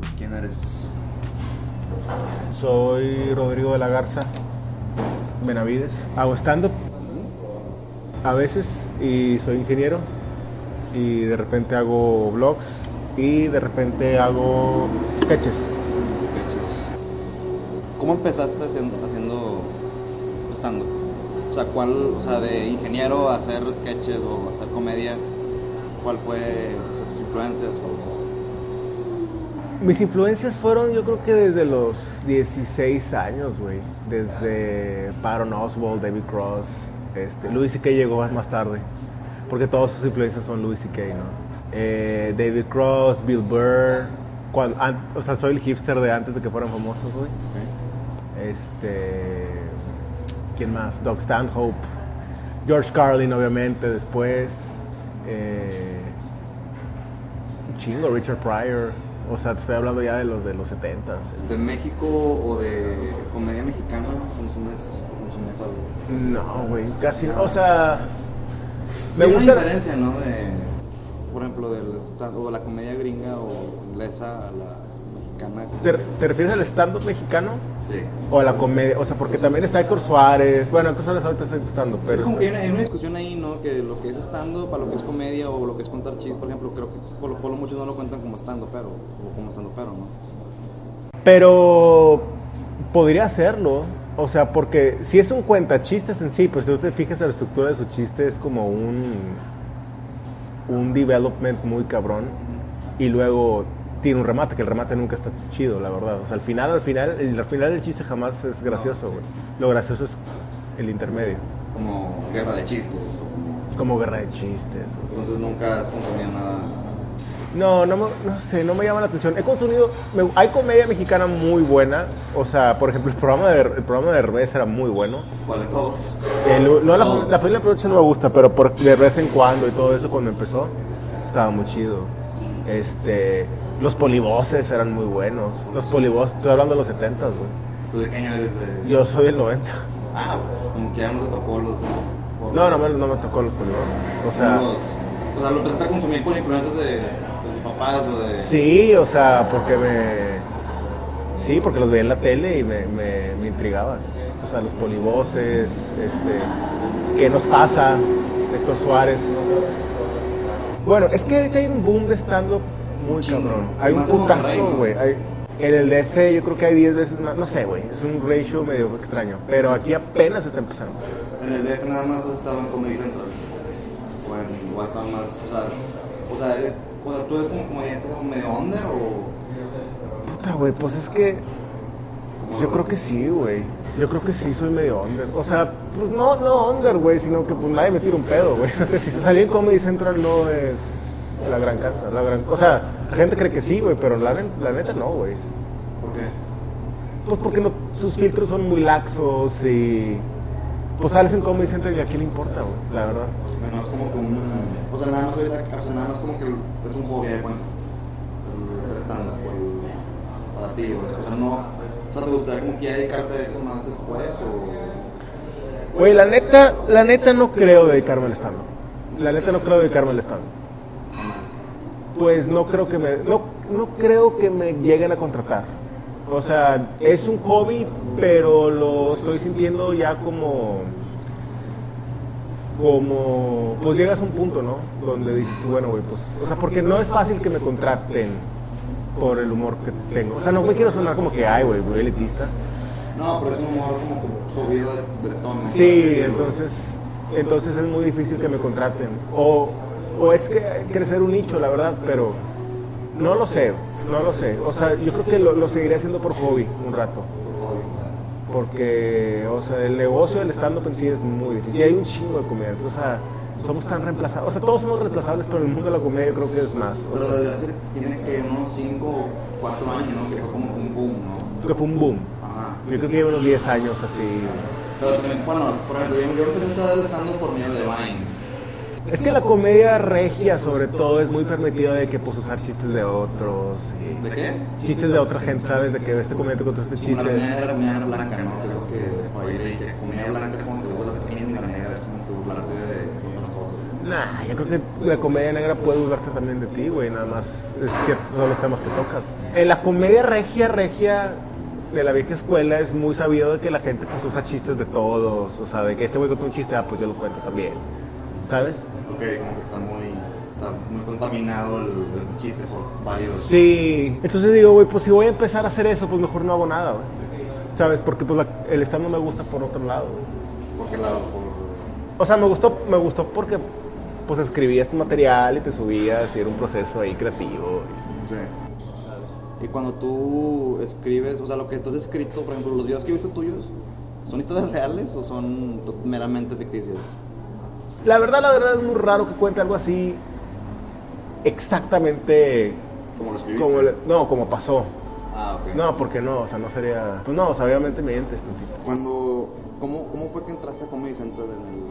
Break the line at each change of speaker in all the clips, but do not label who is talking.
pues,
¿Quién eres? Soy Rodrigo de la Garza Benavides. Hago stand-up a veces y soy ingeniero. Y de repente hago vlogs y de repente hago sketches.
sketches. ¿Cómo empezaste haciendo, haciendo stand O sea, ¿cuál, o sea, de ingeniero a hacer sketches o hacer comedia, cuál fue o sea, tus influencias? O,
Mis influencias fueron, yo creo que desde los 16 años, güey. Desde Baron Oswald, David Cross, este, Louis C.K. llegó más- más tarde. Porque todas sus influencias son Louis C.K., ¿no? Eh, David Cross, Bill Burr. cuan- an- o sea, soy el hipster de antes de que fueran famosos, güey. Este. ¿Quién más? Doc Stanhope. George Carlin, obviamente, después. Eh, un chingo, Richard Pryor. O sea, te estoy hablando ya de los de los 70s.
¿De México o de comedia mexicana consumes, consumes algo?
No, güey, casi no. O sea.
Me
Me
gusta
gusta-
la diferencia, ¿no? De, por ejemplo, del stand- o la comedia gringa o inglesa a la mexicana.
¿Te, te refieres al stand-up mexicano?
Sí.
O a la comedia. O sea, porque también está Héctor Suárez. Bueno, Héctor Suárez ahorita está gustando, pero.
Es como que hay una, hay una discusión ahí, ¿no? Que lo que es estando para lo que es comedia o lo que es contar chistes, por ejemplo, creo que Polo Polo muchos no lo cuentan como estando pero o como estando pero, ¿no?
Pero podría hacerlo. O sea, porque si es un cuentachistes en sí, pues si tú te fijas en la estructura de su chiste, es como un, un development muy cabrón. Y luego tiene un remate, que el remate nunca está chido, la verdad. O sea, al final, al final, el, al final del chiste jamás es gracioso, güey. Lo gracioso es el intermedio.
Como guerra de chistes. o-
Como guerra de chistes, güey.
entonces nunca has consumido nada.
No, no, me- no sé, no me llama la atención. He consumido, me- hay comedia mexicana muy buena. O sea, por ejemplo, el programa de, el programa de Derbez era muy bueno.
¿Cuál de todos?
El- no, la,
Todos.
la primera producción no me gusta, pero por, de vez en cuando y todo eso cuando empezó, estaba muy chido. Este, los polivoces eran muy buenos. Los polivoces, estoy hablando de los 70, güey.
¿Tú de qué año eres de...?
Yo soy del 90.
Ah, como que ya no te tocó los...
No, no me, no me tocó los polivoces. O sea,
los- o sea, lo empezaste a consumir por influencias de, de tus papás o de...
sí, o sea, porque me. Sí, porque los veía en la tele y me, me, me intrigaban. O sea, los polivoces, este, ¿qué nos pasa? Héctor Suárez. Bueno, es que ahorita hay un boom de stand-up muy
Chingo.
cabrón. Hay un
Más en Monterrey,
putazo,
¿no?
güey. Hay- En el DF yo creo que hay 10 veces más, no sé, güey. Es un ratio medio extraño. Pero aquí apenas se está empezando.
En el DF nada más has estado en Comedy Central. O, en, o has estado más. O sea, es- o sea, eres- o sea, tú eres como comediante como medio under o.
Puta, güey, pues es que... Yo creo que sí, güey. Yo creo que sí soy medio under. O sea, pues no, no under, güey, sino que pues nadie me tira un pedo, güey. No sé si salir en Comedy Central no es la gran casa. La gran... O sea, la gente cree que sí, güey, pero la, ne- la neta no, güey.
¿Por qué?
Pues porque no- sus filtros son muy laxos y... Pues sales en Comedy Central y a quién le importa, güey, la verdad.
Bueno, es como que un. O sea, nada más ahorita. O sea, nada más como que es un hobby de cuenta. El ser estándar, para ti. O o sea, no. O sea, ¿te gustaría como que ya dedicarte a eso más después o.?
Güey, la neta, la neta no creo dedicarme al stand La neta no creo dedicarme al stand
o más?
pues no creo que me no, no creo que me lleguen a contratar. O sea, es un hobby, pero lo estoy sintiendo ya como como pues llegas a un punto, ¿no? Donde dices, bueno, güey, pues, o sea, porque no es fácil que me contraten por el humor que tengo. O sea, no me quiero sonar como que, ay, güey, güey, elitista.
No, pero es un humor como que subido de, de tono.
Sí, entonces, entonces es muy difícil que me contraten. O, o es que crecer un nicho, la verdad, pero no lo sé, no lo sé. O sea, yo creo que lo, lo seguiré haciendo por hobby un rato porque o sea el negocio del stand-up en sí es muy difícil y hay un chingo de comediantes o sea somos tan reemplazables o sea todos somos reemplazables pero el mundo de la comedia yo creo que es más o
Pero desde hace, tiene que unos 5 o 4 años, ¿no? Que fue como un boom, ¿no?
sea, que fue un boom
Ajá.
yo creo que llevo unos 10 años así
Pero también, bueno, por ejemplo, yo, yo empecé a entrar al stand-up por medio de Vine.
es que la comedia regia sobre todo es muy permitida de que pues usar chistes de otros
¿De
y
qué?
chistes de otra gente sabes de que este comediante contó este
Como la
chiste
comedia era comedia blanca, ¿no? Creo que por ahí leí que comedia blanca es como que burlas también y la negra es como que burlarte de otras cosas.
Nah, yo creo que la comedia negra puede burlarte también de ti, güey, nada más es ciertos son los temas que tocas. En la comedia regia, regia de la vieja escuela es muy sabido de que la gente pues usa chistes de todos, o sea, de que este güey contó un chiste, ah, pues yo lo cuento también, ¿sabes?
Ok, como que está muy, está muy contaminado el, el chiste por varios.
Sí, entonces digo, güey, pues si voy a empezar a hacer eso, pues mejor no hago nada, güey. ¿Sabes? Porque pues la- el stand no me gusta por otro lado, güey.
¿Por qué lado? Por...
O sea, me gustó, me gustó porque pues escribías tu material y te subías y era un proceso ahí creativo.
Sí. Y cuando tú escribes, o sea, lo que tú has escrito, por ejemplo, los videos que he visto tuyos, ¿son historias reales o son to- meramente ficticias?
La verdad, la verdad es muy raro que cuente algo así exactamente
Como lo escribiste.
como le- no como pasó.
Ah, ok.
No, porque no, o sea, no sería. Pues no, o sea, obviamente este mientes tantito.
Cuando, ¿cómo, ¿Cómo fue que entraste a Comedy Central en el...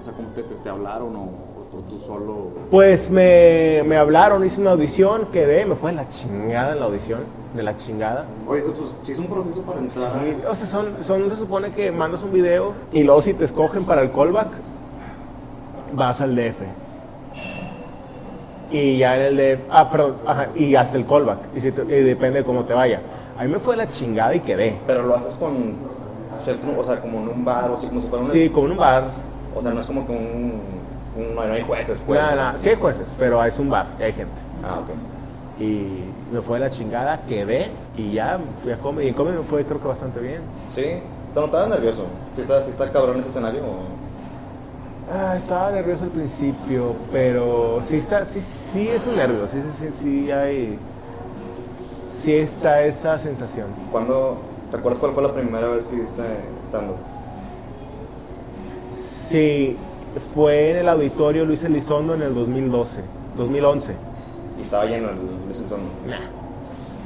O sea, ¿cómo te, te, te hablaron o, o tú solo?
Pues me, me hablaron, hice una audición, quedé, me fue de la chingada en la audición, de la chingada.
Oye, pues, si es un proceso para entrar...
Sí, o sea, son, son, se supone que mandas un video y luego si te escogen para el callback, vas al DF. Y ya en el DF, ah, perdón, ajá, y haces el callback. Y, si te- y depende de cómo te vaya. A mí me fue la chingada y quedé.
Pero lo haces con... cierto- O sea, como en un bar o así, como si fuera un...
Sí, como en un bar.
O sea, no es como que un... un- no hay jueces, pues.
Nada, nada. Sí hay jueces, pero es un bar, y hay gente.
Ah, ok.
Y me fue la chingada, quedé y ya fui a comedy. Y en comedy me fue creo que bastante bien.
¿Sí? ¿Te notabas nervioso? ¿Sí está, sí está cabrón ese escenario?
Ah, estaba nervioso al principio, pero sí está, sí, sí es un nervio, sí, sí, sí, sí hay, sí está esa sensación.
¿Cuándo... ¿Te acuerdas cuál fue la primera vez que hiciste stand-up?
Sí, fue en el auditorio Luis Elizondo en el 2012, 2011.
Y estaba lleno el... el, el
Nah.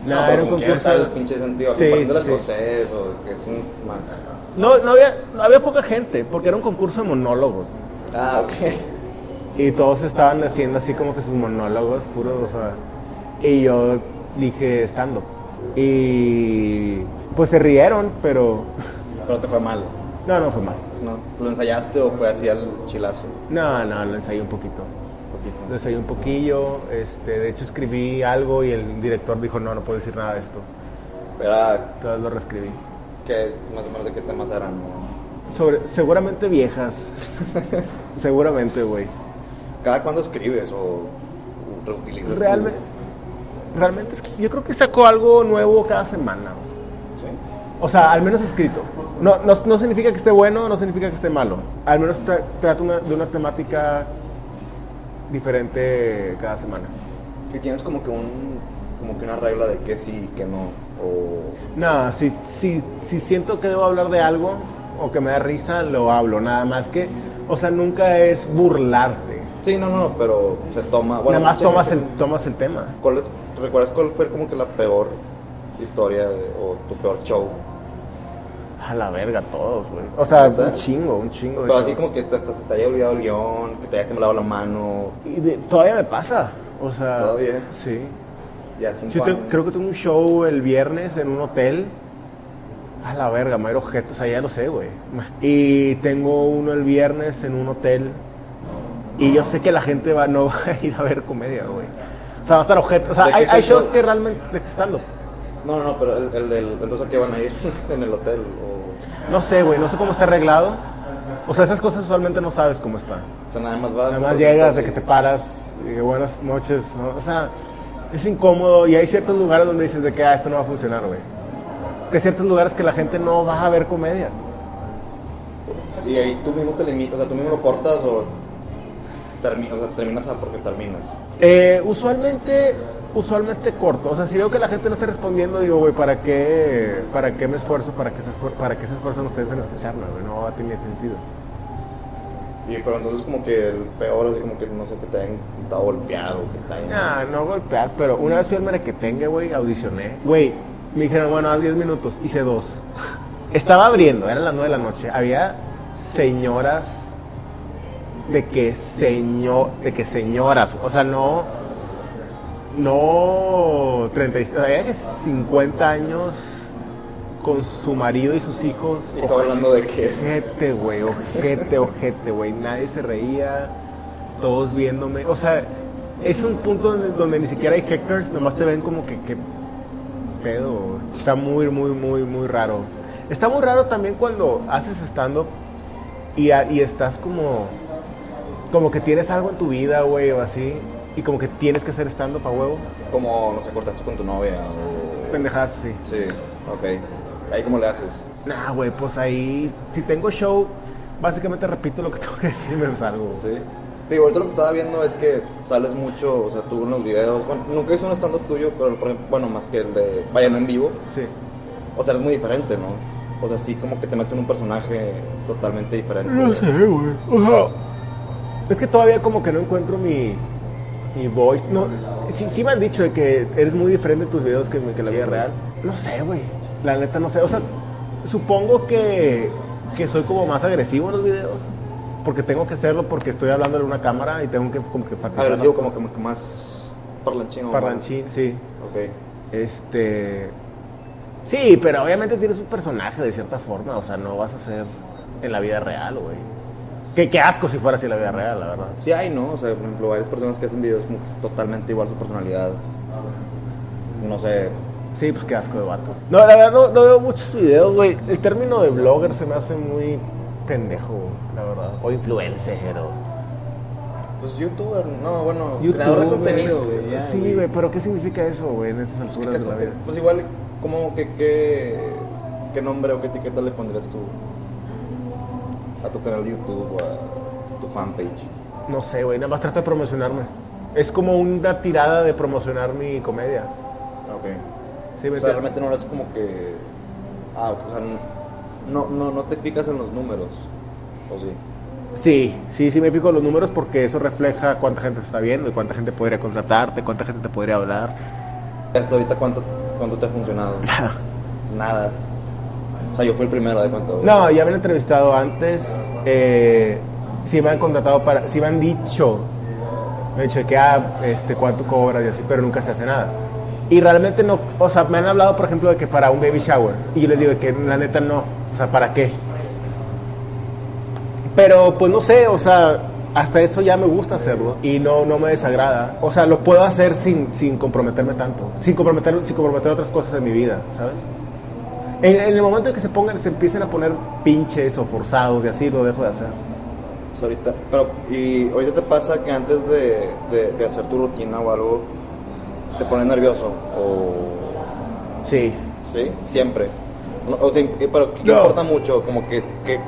No,
Nah,
pero
era un
como quiera
concurso.
está el pinche sentido,
Sí,
comparando las
sí. Ah,
cosas, o que es un más...
No, no había, no había poca gente, porque era un concurso de monólogos.
Ah, ok.
Y todos estaban haciendo así como que sus monólogos puros, o sea. Y yo dije estando. Y pues se rieron, pero
Pero te fue mal,
no, no fue mal.
¿no? ¿Lo ensayaste o fue así al chilazo?
No, no, lo ensayé un poquito. Lo
Poquito.
ensayé un poquillo. Este, de hecho, escribí algo y el director dijo, no, no puedo decir nada de esto.
Era
Entonces lo reescribí.
que más o menos de qué temas eran. ¿no?
Sobre, seguramente viejas. seguramente, güey.
¿Cada cuándo escribes o reutilizas? tu-
Realmente, realmente es que yo creo que sacó algo nuevo cada semana. güey.
¿Sí?
O sea, al menos escrito. No, no, no significa que esté bueno, no significa que esté malo. Al menos tra- trata una- de una temática diferente cada semana.
Que tienes como que un como que una regla de que sí y que no o
Nada, si, si, si siento que debo hablar de algo o que me da risa, lo hablo. Nada más que, o sea, nunca es burlarte.
Sí, no, no, pero se toma, bueno,
Nada más
mucha
tomas el,
gente-
tomas el tema.
¿Cuál es, ¿Recuerdas cuál fue como que la peor historia de- o tu peor show?
A la verga, todos, güey. O sea,
¿Verdad?
un chingo, un chingo. de
Pero así
shows.
como que te- hasta se te haya olvidado el guión, que te haya temblado la mano,
Y de- todavía me pasa. O sea,
Todavía.
Sí.
ya cinco
Yo tengo-
años.
creo que tengo un show el viernes en un hotel. A la verga, mero objetos, allá ya lo sé, güey. Y tengo uno el viernes en un hotel. Y yo sé que la gente va, no va a ir a ver comedia, güey. O sea, va a estar objeto. O sea,
¿De qué
hay,
es el
hay shows
show?
que realmente de stand-up.
No, no, no, pero el, el del... Entonces, ¿a qué van a ir? ¿En el hotel? O...
No sé, güey, no sé cómo está arreglado. O sea, esas cosas usualmente no sabes cómo están.
O sea, nada más vas.
Nada más llegas, de que te paras, y de buenas noches, ¿no? O sea, es incómodo y hay ciertos lugares donde dices de que, ah, esto no va a funcionar, güey. Que hay ciertos lugares que la gente no va a ver comedia.
Y ahí tú mismo te limitas, o sea, tú mismo lo cortas o, termi- o sea, terminas a porque terminas.
Eh, usualmente, usualmente corto. O sea, si veo que la gente no está respondiendo, digo, güey, ¿para qué, ¿para qué me esfuerzo? ¿Para qué se, esfuer- para qué se esfuerzan ustedes en escucharla, güey? No va a tener sentido.
Y, pero entonces como que el peor, así como que no sé, que te hayan estado golpeado, que te hayan...
Ah, no golpear, pero una vez fui al Merequetengue, güey, audicioné. Güey, me dijeron, bueno, haz 10 minutos. Hice dos. Estaba abriendo, eran las 9 de la noche. Había señoras de que señor, de que señoras, o sea, no no 30, y- había que 50 años con su marido y sus hijos.
Y todo hablando de que...
Ojete, güey, ojete, ojete, güey. Nadie se reía, todos viéndome. O sea, es un punto donde, donde ni siquiera hay hackers, nomás te ven como que, que pedo. güey. Está muy, muy, muy, muy raro. Está muy raro también cuando haces stand-up y, a- y estás como, como que tienes algo en tu vida, güey, o así, y como que tienes que hacer stand-up a huevo.
Como, no sé, cortaste con tu novia o...
Pendejadas, sí.
Sí, ok. Ahí cómo le haces.
Nah, güey, pues ahí, si tengo show, básicamente repito lo que tengo que decir y me salgo.
Sí. Digo, ahorita lo que estaba viendo es que sales mucho, o sea, tú en los videos... Bueno, nunca hice un stand-up tuyo, pero por ejemplo, bueno, más que el de... Vaya, no en vivo.
Sí.
O sea, eres muy diferente, ¿no? O sea, sí, como que te metes en un personaje totalmente diferente.
No sé, güey. O sea, es que todavía como que no encuentro mi, mi voice. No, sí, sí me han dicho de que eres muy diferente en tus videos que, que la vida real. No sé, güey. La neta no sé. O sea, supongo que, que soy como más agresivo en los videos. Porque tengo que serlo porque estoy hablando en una cámara y tengo que como que enfatizar
Agresivo,
las
como que, como
cosas.
que más parlanchino. más-
Parlanchín, sí.
Ok.
Este. Sí, pero obviamente tienes un personaje de cierta forma, o sea, no vas a ser en la vida real, güey. Qué, qué asco si fuera así en la vida real, la verdad.
Sí hay, ¿no? O sea, por ejemplo, varias personas que hacen videos como que es totalmente igual su personalidad. No sé.
Sí, pues qué asco de vato. No, la verdad no, no veo muchos videos, güey. El término de blogger se me hace muy pendejo, la verdad. O influencer o.
Pues youtuber, no, bueno, creador de contenido, güey. ya,
Sí, güey, pero ¿qué significa eso, güey, en esas
¿Qué
alturas de la
conte-
vida?
Pues igual, como que qué, qué nombre o qué etiqueta le pondrías tú a tu canal de YouTube o a tu fanpage.
No sé, güey, nada más trato de promocionarme. Es como una tirada de promocionar mi comedia.
Ah, Ok.
Sí, me
O sea, realmente no eres como que. Ah, o sea, no, no, no te fijas en los números. ¿O sí?
Sí, sí, sí me pico los números porque eso refleja cuánta gente está viendo y cuánta gente podría contratarte, cuánta gente te podría hablar.
Hasta ahorita, ¿cuánto, cuánto te ha funcionado? Nada. O sea, yo fui el primero de cuánto.
No, ya me han entrevistado antes, eh, sí me han contratado para, sí me han dicho, me han dicho que, ah, este, cuánto cobras y así, pero nunca se hace nada. Y realmente no, o sea, me han hablado, por ejemplo, de que para un baby shower, y yo les digo que la neta no, o sea, ¿para qué? Pero pues no sé, o sea, hasta eso ya me gusta hacerlo y no, no me desagrada. O sea, lo puedo hacer sin, sin comprometerme tanto, sin comprometer, sin comprometer otras cosas en mi vida, ¿sabes? En, en el momento en que se pongan, se empiecen a poner pinches o forzados y así, lo dejo de hacer.
O sea, ahorita, pero, y ahorita te pasa que antes de, de, de hacer tu rutina o algo, te pones nervioso. O.
Sí.
Sí, siempre. No, o sea, eh, pero ¿qué, qué
No.
importa mucho? Como que, que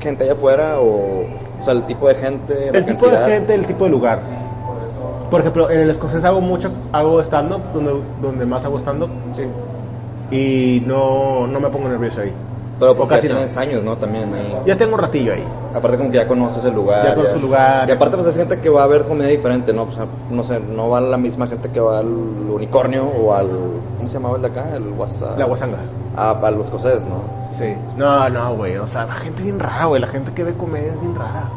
gente allá afuera o. O sea, el tipo de gente.
El tipo de gente, el tipo de lugar. Por ejemplo, en el escocés hago mucho, hago stand-up, donde, donde más hago stand-up,
Sí.
y no, no me pongo nervioso ahí.
Pero
O
porque
casi
ya
no.
tienes años, ¿no? También ahí.
Ya tengo un ratillo ahí.
Aparte como que ya conoces el lugar.
Ya conoces el lugar.
Y aparte pues es gente que va a ver comida diferente, ¿no? O sea, no sé, no va la misma gente que va al unicornio o al... ¿Cómo se llamaba el de acá? El WhatsApp.
La guasanga.
Ah, a los escocés, ¿no?
Sí. No, no, güey. O sea, la gente bien rara, güey. La gente que ve comedia es bien rara.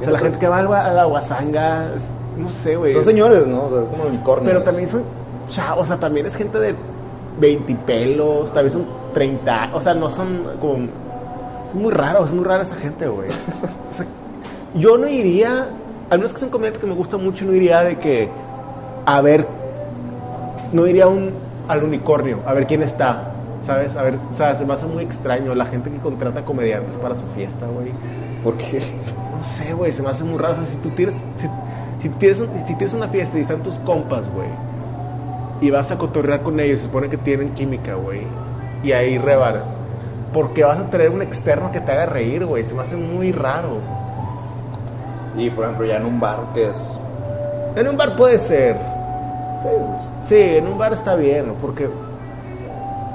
O sea, la gente que va al gua- a la guasanga, es- no sé, güey.
Son señores, ¿no? O sea, es como el unicornio.
Pero también son chavos, o sea, también es gente de 20 pelos, también son 30, o sea, no son como... Muy raro, es muy rara esa gente, güey. O sea, yo no iría, al menos que son comediantes que me gusta mucho, no iría de que, a ver, no iría a un, al unicornio, a ver quién está, ¿sabes? A ver, o sea, se me hace muy extraño la gente que contrata comediantes para su fiesta, güey.
¿Por qué?
No sé, güey, se me hace muy raro. O sea, si tú tienes, si, si tienes, un- si tienes una fiesta y están tus compas, güey, y vas a cotorrear con ellos, se supone que tienen química, güey, y ahí rebaras. Porque vas a tener un externo que te haga reír, güey. Se me hace muy raro.
Y por ejemplo, ya en un bar que es.
En un bar puede ser. Sí, en un bar está bien, porque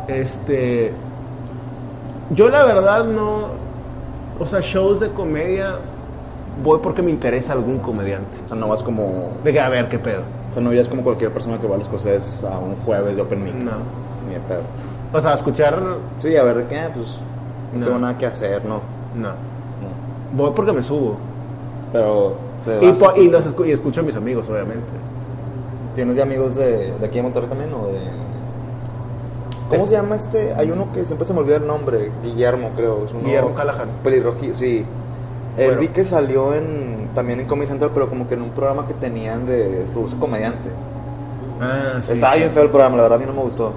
este yo la verdad no, o sea, shows de comedia voy porque me interesa algún comediante.
O sea, no vas como. O
De que a ver qué pedo.
sea, no ya es como cualquier persona que va a las cosas a un jueves de Open Mic.
No.
Ni de pedo.
O sea, escuchar
Sí, a ver de qué, ah, pues. No,
No.
tengo nada que hacer, no.
no.
no.
Voy porque me subo.
Pero. Te
Y,
vas-
po- y los escu- y escucho a mis amigos, obviamente.
¿Tienes ya amigos de, de aquí de Monterrey también o de.? ¿Cómo
De-
se llama este? Hay uno que siempre se me olvida el nombre, Guillermo, creo. Es uno
Guillermo Callahan.
Pelirroji, sí. Él
Bueno.
vi que salió en, también en Comedy Central, pero como que en un programa que tenían de su comediante.
Ah, sí.
Estaba bien feo el programa, la verdad a mí no me gustó.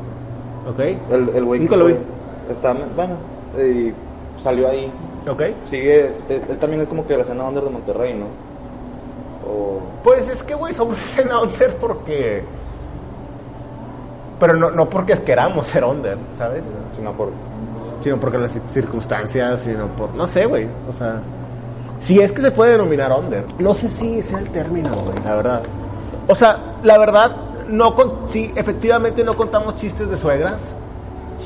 Ok.
El, el güey que
Nunca lo
fue-
vi.
Está, bueno, y salió ahí.
Ok.
Sigue, es- él, él también es como que la escena under de Monterrey, ¿no? O...
Pues es que, güey, somos en under porque... Pero no, no porque queramos ser under, ¿sabes?
Sino por...
Sino porque las circunstancias, sino por... No sé, güey. O sea... Si es que se puede denominar under. No sé si sea el término, güey, la verdad. O sea, la verdad, no con... sí, efectivamente no contamos chistes de suegras.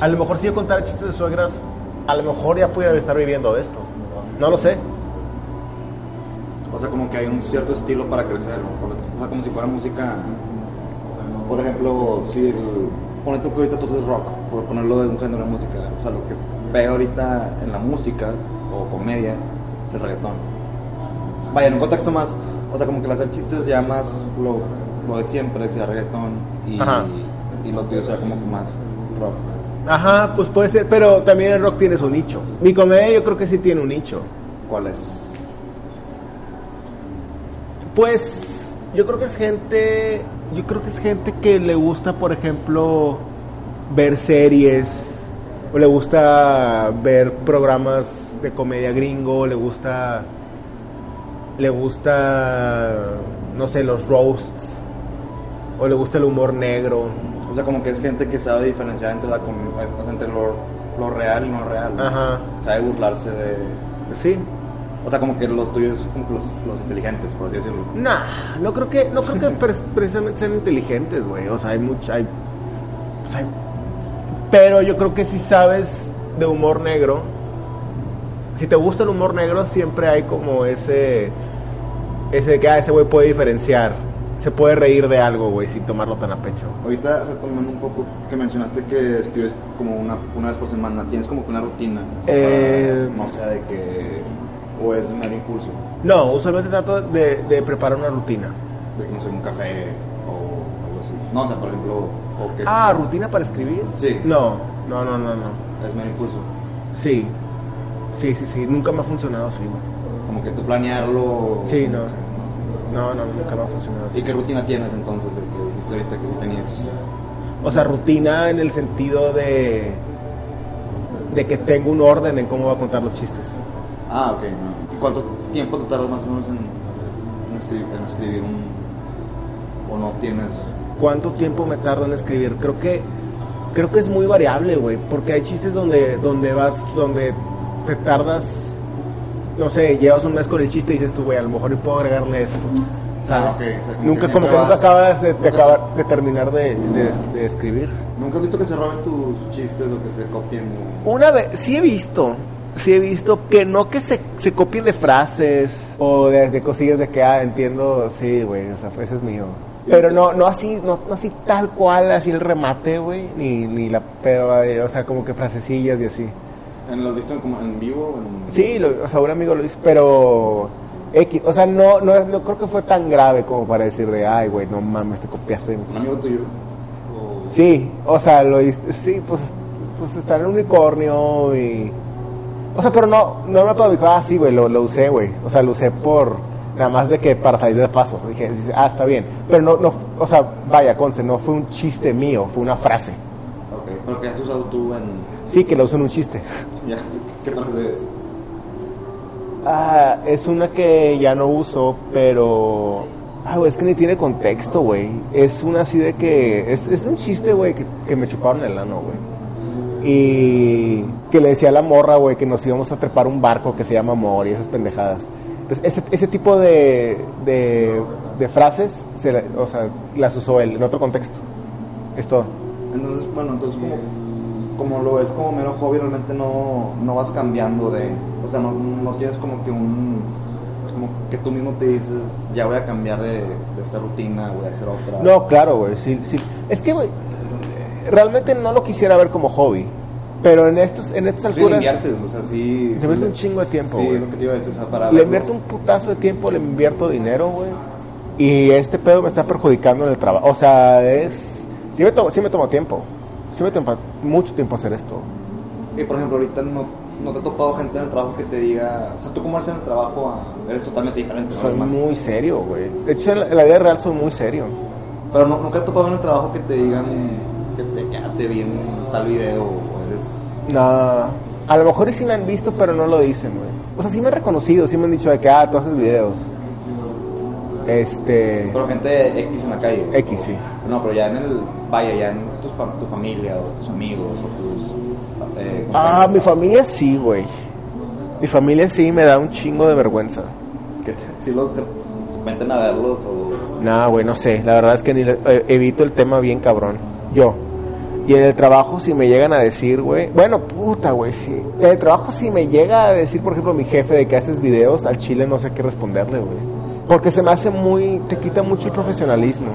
A lo mejor si yo contara chistes de suegras, a lo mejor ya pudiera estar viviendo de esto. No lo sé.
O sea, como que hay un cierto estilo para crecer. ¿no? Por- O sea, como si fuera música. Por ejemplo, si el. Pone tú que ahorita tú haces rock, por ponerlo de un género de música. O sea, lo que pega ahorita en la música o comedia es el reggaetón. Vaya, en un contexto más. O sea, como que el hacer chistes ya más lo, lo de siempre, sea reggaetón y,
Ajá.
y lo tuyo será como que más rock.
Ajá, pues puede ser, pero también el rock tiene su nicho. Mi comedia yo creo que sí tiene un nicho.
¿Cuál es?
Pues yo creo que es gente, yo creo que es gente que le gusta, por ejemplo, ver series, o le gusta ver programas de comedia gringo, le gusta le gusta no sé, los roasts o le gusta el humor negro.
O sea, como que es gente que sabe diferenciar entre, la, com- o sea, entre lo, lo real y no real. ¿no?
Ajá.
Sabe burlarse de,
Sí.
O sea, como que los tuyos son como los, los inteligentes, por así decirlo.
Nah, no creo que, no creo que pre- precisamente sean inteligentes, güey. O sea, hay mucho, hay, o sea, hay- pero yo creo que si sabes de humor negro, si te gusta el humor negro, siempre hay como ese, ese de que ah, ese güey puede diferenciar, se puede reír de algo, güey, sin tomarlo tan a pecho.
Ahorita retomando un poco que mencionaste que escribes como una, una vez por semana, tienes como que una rutina.
Eh,
para, no sé, de que. O es mero impulso,
No, usualmente trato de, de preparar una rutina.
de que no sé, un café o algo así. No, o sea, por ejemplo, o que
Ah, rutina para escribir.
Sí.
No, no, no, no, no.
es mero impulso.
Sí, sí, sí, sí. Nunca me ha funcionado así, güey.
Como que tú planearlo.
Sí, no. No, no, nunca me ha funcionado así.
¿Y qué rutina tienes entonces? El que dijiste ahorita que sí tenías.
O sea, rutina en el sentido de de que tengo un orden en cómo va a contar los chistes.
Ah, ok. no. ¿Y cuánto tiempo te tardas más o menos en, en escribir, en escribir un. o no tienes
¿Cuánto tiempo me tardo en escribir? Creo que creo que es muy variable, güey, porque hay chistes donde donde vas donde te tardas no sé, llevas un mes con el chiste y dices tú, güey, a lo mejor le puedo agregarle esto. ¿sabes?
Ah, ok, o sea, como que
nunca como que
siempre
nunca
vas-
acabas de, de
nunca-
acabar de terminar de, de- de escribir.
¿Nunca has visto que se roben tus chistes o que se copien?
Una vez, sí he visto, sí he visto que no que se, se copien de frases o de, de cosillas de que, ah, entiendo, sí, güey, o sea, ese es mío. Pero no, no así, no, no así tal cual, así el remate, güey, ni, ni la, pero, eh, o sea, como que frasecillas y así.
¿En ¿Lo has visto como en vivo? o En...
Sí, lo- o sea, un amigo lo hizo, pero, X, o sea, no, no, no creo que fue tan grave como para decir de, ay, güey, no mames, te copiaste de mi
¿Un amigo tuyo? O-
Sí, o sea, lo hice- sí, pues, pues está en el unicornio y... O sea, pero no, no me perjudicó, ah, sí, güey, lo, lo usé, güey. O sea, lo usé por, nada más de que para salir de paso. Dije, ah, está bien. Pero no, no, o sea, vaya, conste, no fue un chiste mío, fue una frase.
Ok, pero que has usado tú en.
Sí, que lo usó en un chiste.
Ya, ¿qué frase es?
Ah, es una que ya no uso, pero. Ah, güey, es que ni tiene contexto, güey. Es una así de que. Es, es un chiste, güey, que, que me chuparon el ano, güey. Y que le decía a la morra, güey, que nos íbamos a trepar un barco que se llama amor y esas pendejadas. Entonces, ese, ese tipo de, de, de frases, se la- o sea, las usó él en otro contexto. Es todo.
Entonces, bueno, entonces como, como lo es como mero hobby, realmente no, no vas cambiando de... O sea, no, no tienes como que un... Como que tú mismo te dices, ya voy a cambiar de, de esta rutina, voy a hacer otra.
No, claro, güey, sí, sí. Es que, güey, realmente no lo quisiera ver como hobby. Pero en, estos, en estas
Sí, le
alturas...
inviertes, o sea, sí...
Se
sí
invierte
le-
un chingo de tiempo,
Sí,
güey.
es lo que te iba a decir, o sea, para
Le
verlo.
invierto un putazo de tiempo, le invierto dinero, güey. Y este pedo me está perjudicando en el trabajo. O sea, es... Sí me, tomo, sí me tomo tiempo. Sí me toma mucho tiempo hacer esto.
Y por ejemplo, ahorita no, no te ha topado gente en el trabajo que te diga... O sea, tú como eres en el trabajo, ah, eres totalmente diferente. ¿no?
Soy
Además.
muy serio, güey. De hecho, en la, en la vida real soy muy serio.
Pero no, nunca he topado en el trabajo que te digan que te quedaste bien tal video o eres...
Nada. A lo mejor y sí me han visto, pero no lo dicen, güey. O sea, sí me han reconocido, sí me han dicho de que, ah, tú haces videos. Este...
Pero gente X en la calle.
X, sí.
No, pero ya en el... Vaya, ya en tu, fa- tu familia o tus amigos o tus... eh,
Ah, mi
compañeros.
familia sí, güey. Mi familia sí me da un chingo de vergüenza.
Que te- si los se, se meten a verlos o...
Nah, güey, no sé. La verdad es que ni le- eh, evito el tema bien cabrón. Yo. Y en el trabajo si me llegan a decir, güey. Bueno, puta, güey, sí. En el trabajo si me llega a decir, por ejemplo, mi jefe de que haces videos, al chile no sé qué responderle, güey. Porque se me hace muy. Te quita mucho el profesionalismo.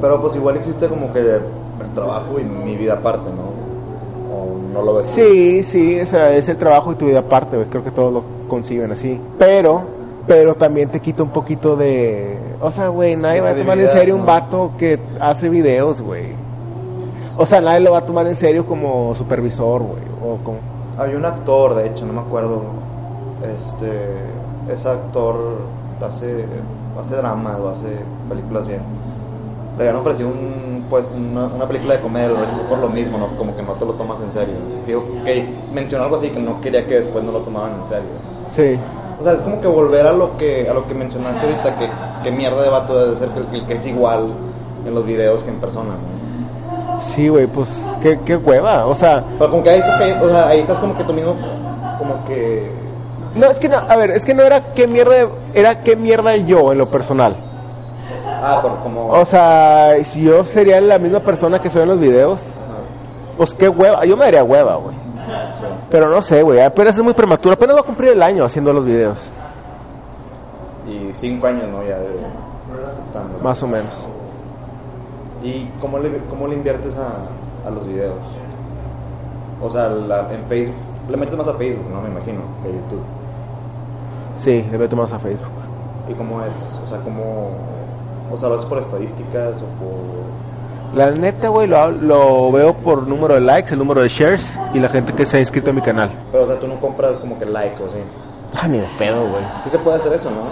Pero pues igual existe como que el trabajo y mi vida aparte, ¿no? O no lo ves.
Sí, sí, o sea, es el trabajo y tu vida aparte, güey. Creo que todos lo conciben así. Pero, pero también te quita un poquito de. O sea, güey, nadie va a tomar en
Credibilidad,
serio un
¿no?
vato que hace videos, güey. O sea, nadie lo va a tomar en serio como supervisor, güey. O como.
Hay un actor, de hecho, no me acuerdo. Este, ese actor hace, hace dramas o hace películas bien. Le habían ofrecido un, pues, una, una película de comedia, lo rechazó por lo mismo, ¿no? como que no te lo tomas en serio. Digo, que mencionó algo así que no quería que después no lo tomaran en serio.
Sí.
O sea, es como que volver a lo que, a lo que mencionaste ahorita, que, que mierda de vato debe ser el, el que es igual en los videos que en persona. ¿no?
Sí, güey, pues qué, qué hueva. O sea,
Pero como que ahí estás, cayendo- o sea, ahí estás como que tú mismo, como que
no, es que no, a ver, es que no era qué mierda, era qué mierda yo en lo personal.
Ah, por como.
O sea, si yo sería la misma persona que soy en los videos, pues qué hueva. Yo me daría hueva, güey.
Ah, sí.
Pero no sé, güey, apenas es muy prematuro, apenas va a cumplir el año haciendo los videos,
Y cinco años, ¿no? Ya de estando.
más o menos.
¿Y cómo le, cómo le inviertes a, a los videos? O sea, la- en Facebook. Le metes más a Facebook, ¿no? Me imagino, que a YouTube.
Sí, le meto más a Facebook.
¿Y cómo es? O sea, ¿cómo. O sea, lo haces por estadísticas o por.
La neta, güey, lo, hab- lo veo por número de likes, el número de shares y la gente que se ha inscrito a mi canal.
Pero, o sea, tú no compras como que likes o así.
Ah, ni de pedo, güey.
Sí se puede hacer eso, ¿no?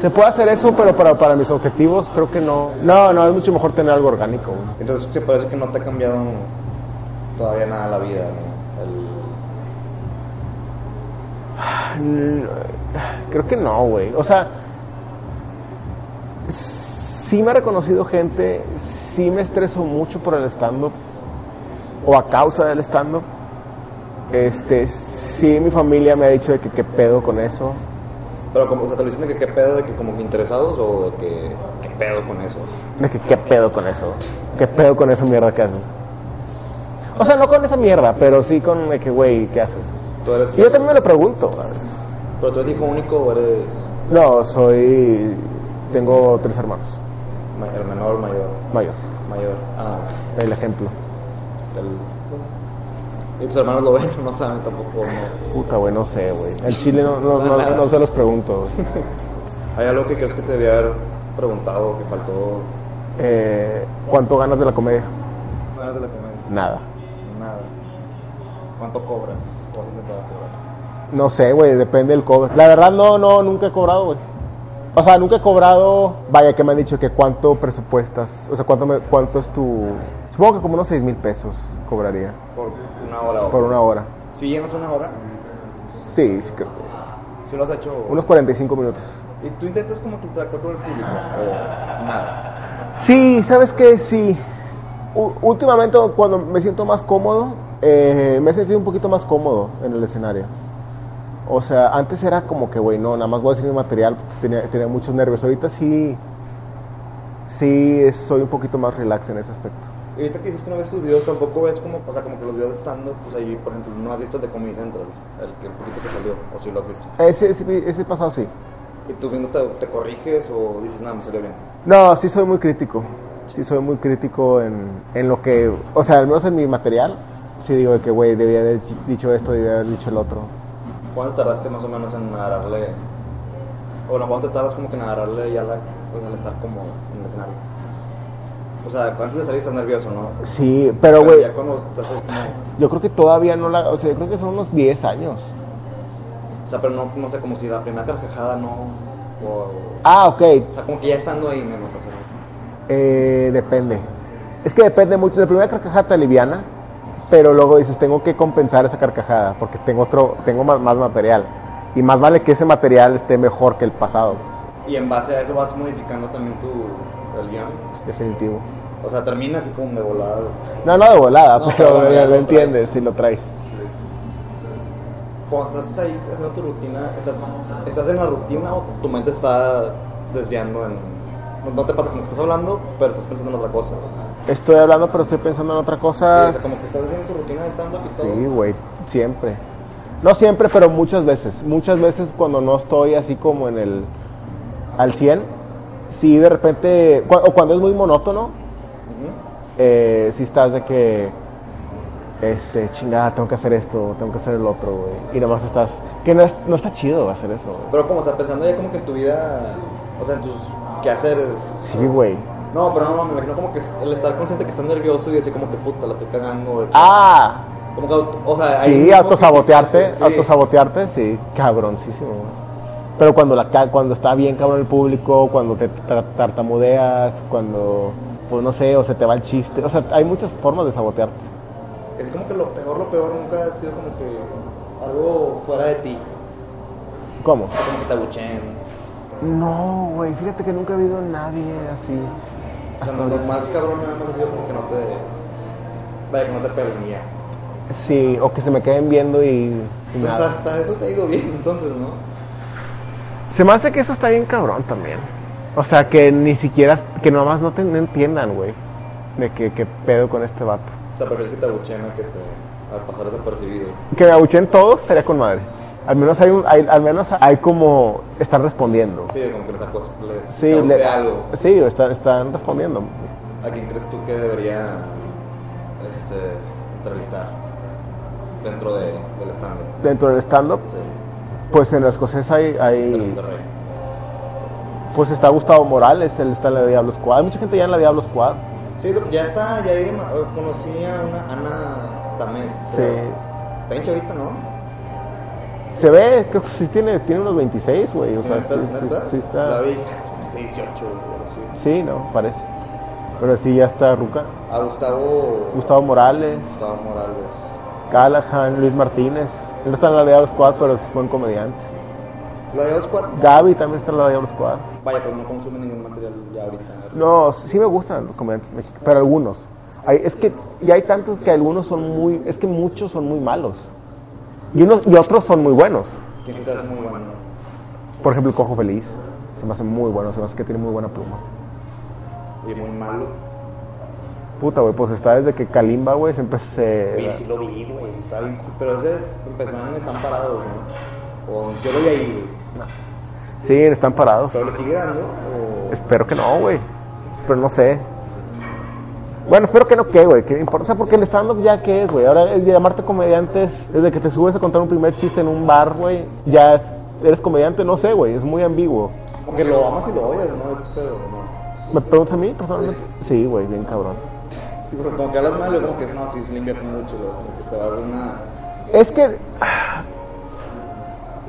Se puede hacer eso, pero para, para mis objetivos creo que no. No, no, es mucho mejor tener algo orgánico, güey.
Entonces, se parece que no te ha cambiado todavía nada la vida, ¿no? El-
Mm, Creo que no, güey. O sea, sí me ha reconocido gente, sí me estreso mucho por el stand-up o a causa del stand-up. Este, sí mi familia me ha dicho de que qué pedo con eso.
Pero como, o sea, te lo dicen de que qué pedo, de que como que interesados o de que qué pedo con eso.
De que qué pedo con eso. Qué pedo con esa mierda que haces. O sea, no con esa mierda, pero sí con de que, güey, ¿qué haces?
¿Tú eres,
Y yo también me lo pregunto. a veces.
¿Pero tú eres hijo único o eres
No, soy... Tengo tres hermanos,
ma- el menor o el mayor?
mayor.
Mayor. Ah, ok.
El ejemplo.
El- ¿Y tus hermanos lo ven? No saben tampoco. no.
Puta, güey, no sé, güey. En Chile no, no, no,
Nada.
no se los pregunto. güey.
¿Hay algo que crees que te debía haber preguntado o que faltó?
Eh, ¿Cuánto ganas de la comedia?
No eres de la comedia.
Nada.
Nada. ¿Cuánto cobras? ¿O has intentado cobrar?
No sé, güey, depende del cover. La verdad, no, no, nunca he cobrado, güey. O sea, nunca he cobrado. Vaya, que me han dicho que cuánto presupuestas. O sea, cuánto, me- cuánto es tu. Supongo que como unos 6 mil pesos cobraría
¿Por una hora o
por una hora.
¿Si llenas una hora?
Sí, sí, creo.
Si lo has hecho.
Unos 45 minutos.
¿Y tú intentas como que interactuar con el público? ¿O nada?
Sí, ¿sabes qué? Sí. U- últimamente cuando me siento más cómodo, eh, me he sentido un poquito más cómodo en el escenario. O sea, antes era como que, güey, no, nada más voy a decir mi material, tenía, tenía muchos nervios. Ahorita sí, sí es- soy un poquito más relax en ese aspecto.
Y ahorita que dices que no ves tus videos, tampoco ves como, o sea, como que los videos estando, pues ahí, por ejemplo, no has visto el de Comedy Central, el, que, el poquito que salió, o si lo has visto.
Ese, ese, ese pasado sí.
¿Y tú mismo te, te corriges o dices, nada, me salió bien?
No, sí soy muy crítico. Sí soy muy crítico en, en lo que, o sea, al menos en mi material, sí digo de que, güey, debía haber dicho esto, debía haber dicho el otro.
¿Cuánto tardaste más o menos en agarrarle? O no, ¿cuánto tardas como que en agarrarle ya la, pues al estar como en el escenario? O sea, antes de salir estás nervioso, ¿no?
Sí, pero, güey,
ya cuando estás ahí como,
yo creo que todavía no la, o sea, yo creo que son unos 10 años.
o sea, pero no, no sé, como si la primera carcajada no, o,
Ah, ok,
o sea, como que ya estando ahí, me pasó.
Eh, depende. Es que depende mucho. La primera carcajada te liviana, pero luego dices, tengo que compensar esa carcajada porque tengo otro, tengo más, más material. Y más vale que ese material esté mejor que el pasado,
Y en base a eso vas modificando también tu, el guión.
definitivo.
O sea, terminas y pum, de volada.
No, no de volada,
No,
pero
pero
ya
ya
lo
lo
entiendes
traes.
si lo traes.
Sí. Cuando estás ahí haciendo tu rutina, ¿estás, estás en la rutina o tu mente está desviando en... No, no te pasa como que estás hablando, pero estás pensando en otra cosa.
Estoy hablando, pero estoy pensando en otra
Sí,
cosa.
o sea, como que estás haciendo tu rutina de stand-up y todo.
Sí, güey, siempre. No siempre, pero muchas veces. Muchas veces cuando no estoy así como en el. al 100, sí de repente. cua- o cuando es muy monótono,
Ujú.
eh, si estás de que, este, chingada, tengo que hacer esto, tengo que hacer el otro, güey. Y nomás estás, que no, es- no está chido hacer eso, güey.
Pero como, o sea, pensando ya como que en tu vida, o sea, en tus quehaceres.
Sí, güey.
No, pero no, me imagino como que el estar consciente que estás nervioso y así como que puta, la estoy cagando. de que-
Ah,
Como que, auto- o sea, ahí
sí,
mismo
autosabotearte,
que- sí.
autosabotearte, sí, cabroncísimo, güey. Pero cuando, la, ca- cuando está bien cabrón el público, cuando te tra- tartamudeas, cuando, pues no sé, o se te va el chiste. O sea, hay muchas formas de sabotearte.
Es como que lo peor, lo peor nunca ha sido como que algo fuera de ti.
¿Cómo?
Como que te abucheen.
No, güey, fíjate que nunca he habido nadie así.
O sea, lo más cabrón nada más ha sido como que no te. Vaya, que no te permía.
Sí, o que se me queden viendo y... y nada.
Entonces, Pues hasta eso te ha ido bien, entonces, ¿no?
Se me hace que eso está bien cabrón también. O sea, que ni siquiera, que nomás no, te, no entiendan, güey, de que, que pedo con este vato.
O sea, prefieres que te abucheen a que te. al pasar desapercibido.
Que me abuchen todos, estaría con madre. Al menos hay, un, hay- al menos hay como, están respondiendo.
Sí, como que les acos- les
Sí,
cause
le-
algo.
sí está- están respondiendo.
¿A quién crees tú que debería. este. entrevistar? Dentro de, del stand-up.
Dentro del stand-up,
Sí,
pues en la escocesa hay,
de
hay,
Monterrey.
pues está Gustavo Morales, él está en la Diablo Squad. Hay mucha gente ya en la Diablo Squad.
Sí, ya está, ya ahí ma- conocí a una Ana Tamés.
Sí.
creo. Está bien chavita, ¿no?
Se ve, creo que sí tiene, tiene unos 26, güey. O sea,
¿Neta?
sí- sí-
Pues ¿Neta?
sí está-
La vi, sí, 18, güey, sí.
Sí, no, parece. Pero sí, ya está Ruca.
A Gustavo.
Gustavo Morales,
Gustavo Morales.
Callahan, Luis Martínez. Él no está en la Diablo Squad, pero es buen comediante.
La de Oscar.
Gaby también está en la Diablo Squad.
Vaya, pero no consume ningún material ya ahorita.
No, sí me gustan los comediantes mexicanos, pero algunos. Hay- es que ya hay tantos que algunos son muy, es que muchos son muy malos. Y, unos, y otros son muy buenos.
Quien está muy bueno.
Por ejemplo, el Cojo Feliz. Se me hace muy bueno, se me hace que tiene muy buena pluma.
Y muy malo.
Puta, güey, pues está desde que Kalimba, güey, se empezó...
Oye,
se-
sí lo vi, güey. Está bien. Pero ese empezó en Están Parados, ¿no? O yo lo vi ahí, güey.
Sí, están parados.
Pero le sigue dando. O...
Espero que no, güey. Pero no sé. Bueno, espero que no, ¿qué, güey? ¿Qué me importa? O sea, porque el stand-up ya qué es, güey. Ahora el llamarte comediante es desde que te subes a contar un primer chiste en un bar, güey. Ya es- eres comediante, no sé, güey. Es muy ambiguo.
Como que lo amas y lo odias, ¿no? Ese pedo, ¿no?
¿Me preguntas a mí personalmente? Sí, güey, bien cabrón.
Sí, pero como que hablas mal, yo como que no, sí, se le invierte mucho, güey. Como que te vas de una.
Es que.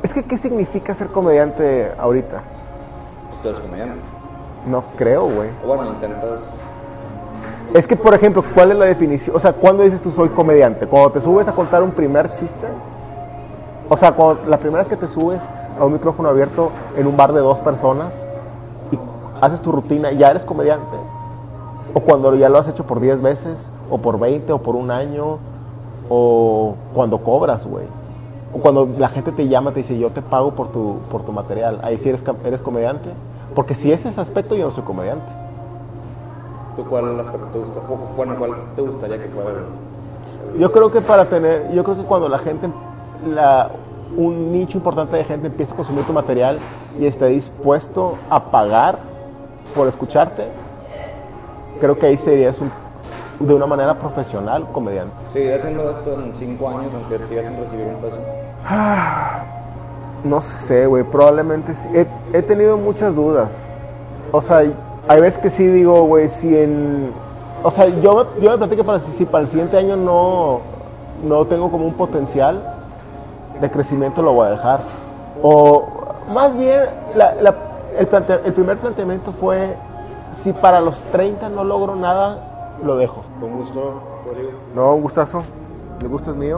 Es que, ¿qué significa ser comediante ahorita?
Pues que eres comediante.
No creo, güey.
O bueno, intentas.
Es que, por ejemplo, ¿cuál es la definición? O sea, ¿cuándo dices tú soy comediante? ¿Cuando te subes a contar un primer chiste? O sea, cuando, la primera vez que te subes a un micrófono abierto en un bar de dos personas y haces tu rutina, ya eres comediante. O cuando ya lo has hecho por 10 veces, o por 20, o por un año, o cuando cobras, güey. O cuando la gente te llama, te dice, yo te pago por tu, por tu material. Ahí sí eres, cam- eres comediante. Porque si es ese aspecto, yo no soy comediante.
¿Tú cuál aspecto te gusta? o, Bueno, ¿cuál te gustaría que fuera?
Yo creo que para tener, yo creo que cuando la gente, la, un nicho importante de gente empieza a consumir tu material y está dispuesto a pagar por escucharte, creo que ahí serías un, de una manera profesional comediante.
¿Seguirás haciendo esto en cinco años aunque sigas sin recibir un peso?
No sé, güey, probablemente sí. He, he tenido muchas dudas. O sea, hay veces que sí digo, güey, si en... O sea, yo, me- yo me platico para si, si para el siguiente año no, no tengo como un potencial de crecimiento, lo voy a dejar. O más bien, la- la- el, plantea- el primer planteamiento fue, si para los 30 no logro nada, lo dejo.
Con gusto, Rodrigo.
No, un gustazo. El gusto es mío.